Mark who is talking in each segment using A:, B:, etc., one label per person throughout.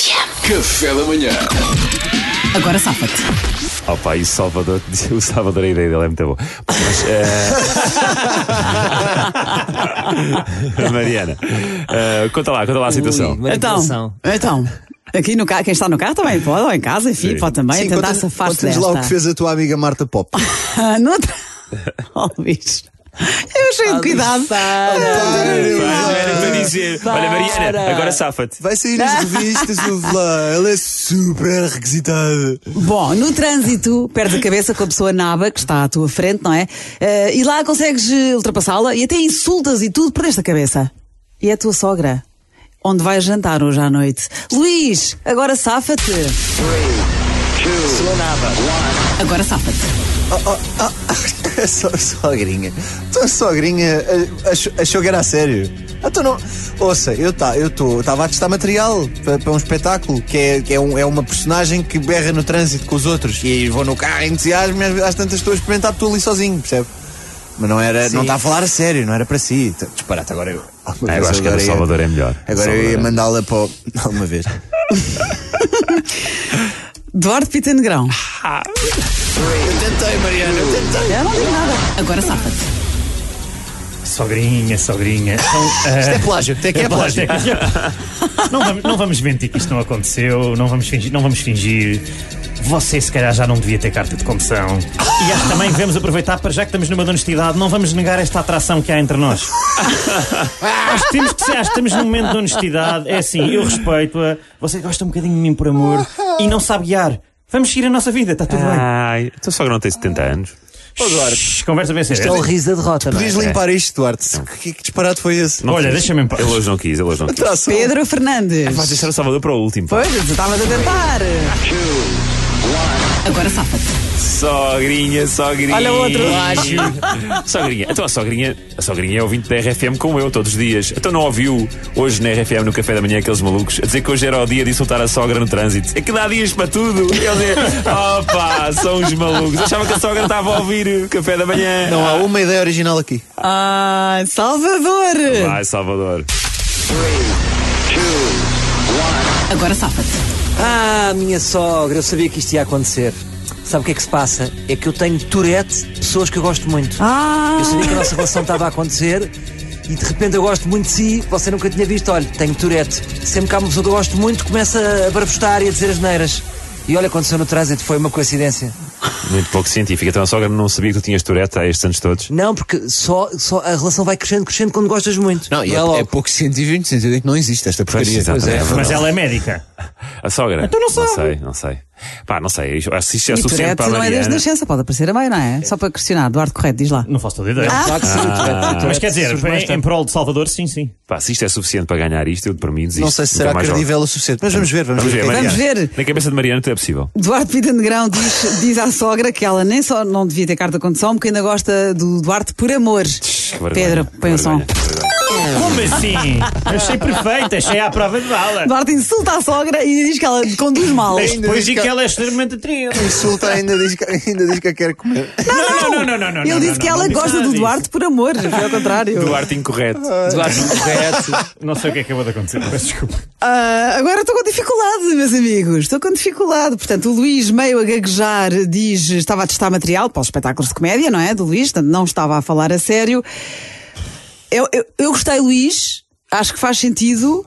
A: Café da manhã.
B: Agora safa-te.
C: Oh pá, e o Salvador, o Salvador, a ideia dele é muito boa. Mas, eh, Mariana, eh, conta lá, conta lá a situação.
D: Ui, mas-
B: Então,
D: Manipulação.
B: então, aqui no carro, quem está no carro também pode, ou em casa, enfim,
C: Sim.
B: pode também
E: Sim,
B: tentar
E: conta-nos-
B: safar-se
E: conta-nos
B: desta.
E: lá o que fez a tua amiga Marta Pop.
B: Ah, não tra- Oh, bicho. Eu cheio de cuidado.
E: António,
C: Mas não era para dizer. Olha, Mariana,
D: Para.
C: agora safa-te.
E: Vai sair nas revistas, ouve lá. Ela é super requisitada.
B: Bom, no trânsito, perdes a cabeça com a pessoa naba que está à tua frente, não é? Eh, e lá consegues eh, ultrapassá-la e até insultas e tudo, perdeste a cabeça. E é a tua sogra. Onde vais jantar hoje à noite? Luís, agora safa-te. Agora safa-te.
E: A so- É sogrinha. Então a sogrinha ah, achou, achou que era a sério. Então não. Ouça, eu tá, eu estava a testar material para um espetáculo que, é, que é, um- é uma personagem que berra no trânsito com os outros. E aí vou no carro em entusiasmo e às- às tantas estou a experimentar estou ali sozinho, percebe? Mas não era, não está a falar a sério, não era para si. Tá- Disparate, agora eu. alguma
C: Ah, eu
E: vez
C: acho que a do
E: agora ia-
C: Salvador é melhor.
E: Agora
C: Salvador
E: eu
C: é-
E: ia mandá-la para o- alguma vez.
B: Duarte Pita Negrão.
E: Tentei, Mariana, tentei.
B: Eu não digo nada. Agora safa-te.
F: Sogrinha, sogrinha. Então,
E: Isto é plágio, até que é
F: pá,
E: plágio.
F: até que- não, vamos, não vamos mentir que isto não aconteceu, não vamos fingir. Não vamos fingir. Você se calhar já não devia ter carta de condução. E acho que também devemos aproveitar para já que estamos numa de honestidade, não vamos negar esta atração que há entre nós. acho, que temos que ser, acho que estamos num momento de honestidade. É assim, eu respeito-a, você gosta um bocadinho de mim por amor e não sabe guiar. Vamos seguir a nossa vida, está tudo
C: Ah.
F: bem.
C: Ai, a tua sogra não tem 70 anos.
F: Shhh, Conversa bem séria.
D: riso da derrota,
E: Podias É limpar isto, Duarte. Que, que disparate foi esse?
C: é. Não
F: Olha,
C: quis.
F: deixa-me em paz.
C: Ele hoje não quis, ele hoje não quis.
E: Tração.
B: Pedro Fernandes.
C: Vais deixar o Salvador para o último. pá.
B: Pois, eu estava a tentar. Agora safa-te.
C: Sogrinha, sogrinha.
B: Olha o outro.
C: Sogrinha, então a sogrinha, a sogrinha é ouvinte da RFM como eu, todos os dias. Então não ouviu hoje na RFM, no café da manhã, aqueles malucos a dizer que hoje era o dia de insultar a sogra no trânsito. Aquilo há dias para tudo. Eles é, opa, são os malucos. Achava que a sogra estava a ouvir o café da manhã.
E: Não há uma ideia original aqui.
B: Ah, Salvador.
C: Vai, Salvador.
B: Agora safa-te.
D: Ah, minha sogra, eu sabia que isto ia acontecer. Sabe o que é que se passa? É que eu tenho Tourette, de pessoas que eu gosto muito.
B: Ah,
D: Eu sabia que a nossa relação estava a acontecer e de repente eu gosto muito de si, você nunca tinha visto. Olha, tenho Tourette. Sempre que há uma pessoa que eu gosto muito, começa a barbustar e a dizer as neiras. E olha, aconteceu no trânsito, foi uma coincidência.
C: Muito pouco científico. Então a sogra não sabia que tu tinhas Tourette há estes anos todos.
D: Não, porque só, só a relação vai crescendo, crescendo quando gostas muito.
E: Não, e é,
D: logo.
E: é pouco científico no sentido em que não existe esta porcaria.
C: Pois, exatamente, é
F: Mas
C: verdade.
F: ela é médica.
C: A sogra?
F: Então não
C: Não
F: sabe.
C: sei, não sei. Pá, não sei. Isto- Acho que isto é
B: e
C: suficiente
B: Tourette
C: para a
B: não é desde
C: Mariana.
B: nascença, pode aparecer a meio, não é? Só para questionar. Duarte Correto, diz lá.
F: Não faço toda
E: é
F: ideia.
D: Claro que sim, Tourette, Tourette
F: então é Mas quer dizer,
D: surge mais
F: em, em
D: tarde.
F: prol de Salvador, sim, sim.
C: Pá, se isto é suficiente para ganhar isto, eu de por mim desisto.
E: Não sei se
C: Nunca
E: será
C: mais jogo.
E: credível o suficiente, mas vamos ver, vamos,
C: Vamos ver,
E: o que é que
C: Mariana.
B: Vamos ver.
C: Na cabeça de Mariana tudo é possível.
B: Duarte Pita Negrão diz, diz à sogra que ela nem só não devia ter carta de condução, porque ainda gosta do Duarte por amor.
C: Que vergonha,
B: Pedro,
C: que
B: põe o som.
C: vergonha, que vergonha.
F: Como assim? Achei perfeita, achei à prova de bala.
B: Duarte insulta a sogra e diz que ela conduz mal.
F: Mas depois
E: diz
F: de
E: que-
F: que ela é extremamente atriz.
E: Insulta ainda diz, que, ainda diz que a quer comer.
F: Não, não, não, não, não.
B: Ele disse que ela gosta do Duarte por amor, foi ao contrário.
C: Duarte incorreto.
F: Não sei o que é que acabou de acontecer, peço desculpa.
B: Ah, agora estou com dificuldade, meus amigos. Estou com dificuldade. Portanto, o Luís, meio a gaguejar, diz: estava a testar material para os espetáculos de comédia, não é? Do Luís, portanto, não estava a falar a sério. Eu, eu, eu gostei, Luís, acho que faz sentido,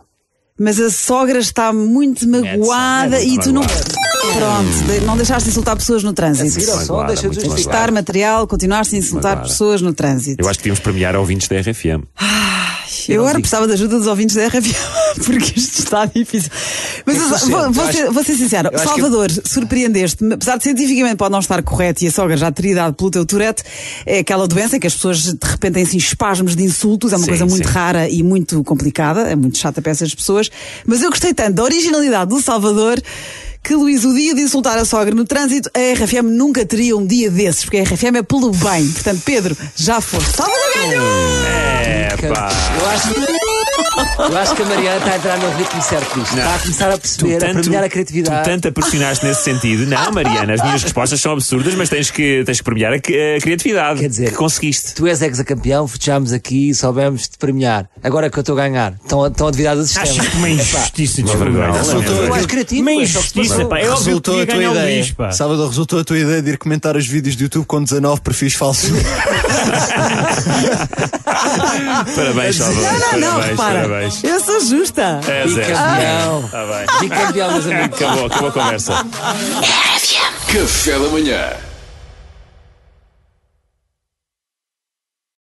B: mas a sogra está muito magoada
C: é
B: e
C: muito
B: tu não.
C: magoada.
B: Pronto, de- não deixaste de insultar pessoas no trânsito.
D: Seguir ao som,
C: Magoada,
D: deixa É de
C: muito
D: justificar.
B: Testar material, continuaste a insultar
C: Magoada.
B: pessoas no trânsito.
C: Eu acho que devíamos premiar ouvintes da RFM.
B: Ah, Eu agora precisava da ajuda dos ouvintes da RFM, porque isto está difícil. Mas eu- vou, vou
E: Eu
B: ser, vou ser sincero,
E: acho que-
B: Salvador, surpreendeste-me, apesar de cientificamente pode não estar correto e a sogra já ter idade pelo teu Tourette, é aquela doença em que as pessoas de repente têm assim, espasmos de insultos, é uma
C: Sim,
B: coisa muito
C: sim.
B: rara e muito complicada, é muito chata para essas pessoas, mas eu gostei tanto da originalidade do Salvador. Que Luís, o dia de insultar a sogra no trânsito, a RFM nunca teria um dia desses, porque a RFM é pelo bem. Portanto, Pedro, já foste. Salvador ganhou!
C: É, pá.
D: Eu acho que Eu acho que a Mariana está a entrar no ritmo certo disto. Está a começar a perceber, a premiar a criatividade.
C: tu tanto a pressionaste nesse sentido. Não, Mariana, as minhas respostas são absurdas, mas tens que, tens que premiar a, cri- a criatividade
D: Quer dizer-
C: que conseguiste.
D: Tu és ex-campeão, fechámos aqui e soubemos te premiar. Agora é que eu estou a ganhar, estão, estão a duvidar do sistema.
F: Acho que é uma injustiça
C: vergonha.
E: Resultou-
F: desvergonhada.
D: Tu és criativo,
F: Uma
D: é só que se
F: injustiça,
D: passou.
F: pá. É óbvio que
E: Resultou
F: podia
E: a tua
F: ganhar o
E: ideia.
F: bicho, pá.
E: Salvador, resultou a tua ideia de ir comentar os vídeos do YouTube com 19 perfis falsos.
C: Parabéns, Salvador.
B: Não, não, não,
C: parabéns,
B: repara.
C: Parabéns.
B: Eu sou justa.
C: É,
D: E
C: Zé.
D: campeão.
C: Tá bem.
D: E campeão, meus amigos.
C: Acabou, acabou a conversa.
A: Café da Manhã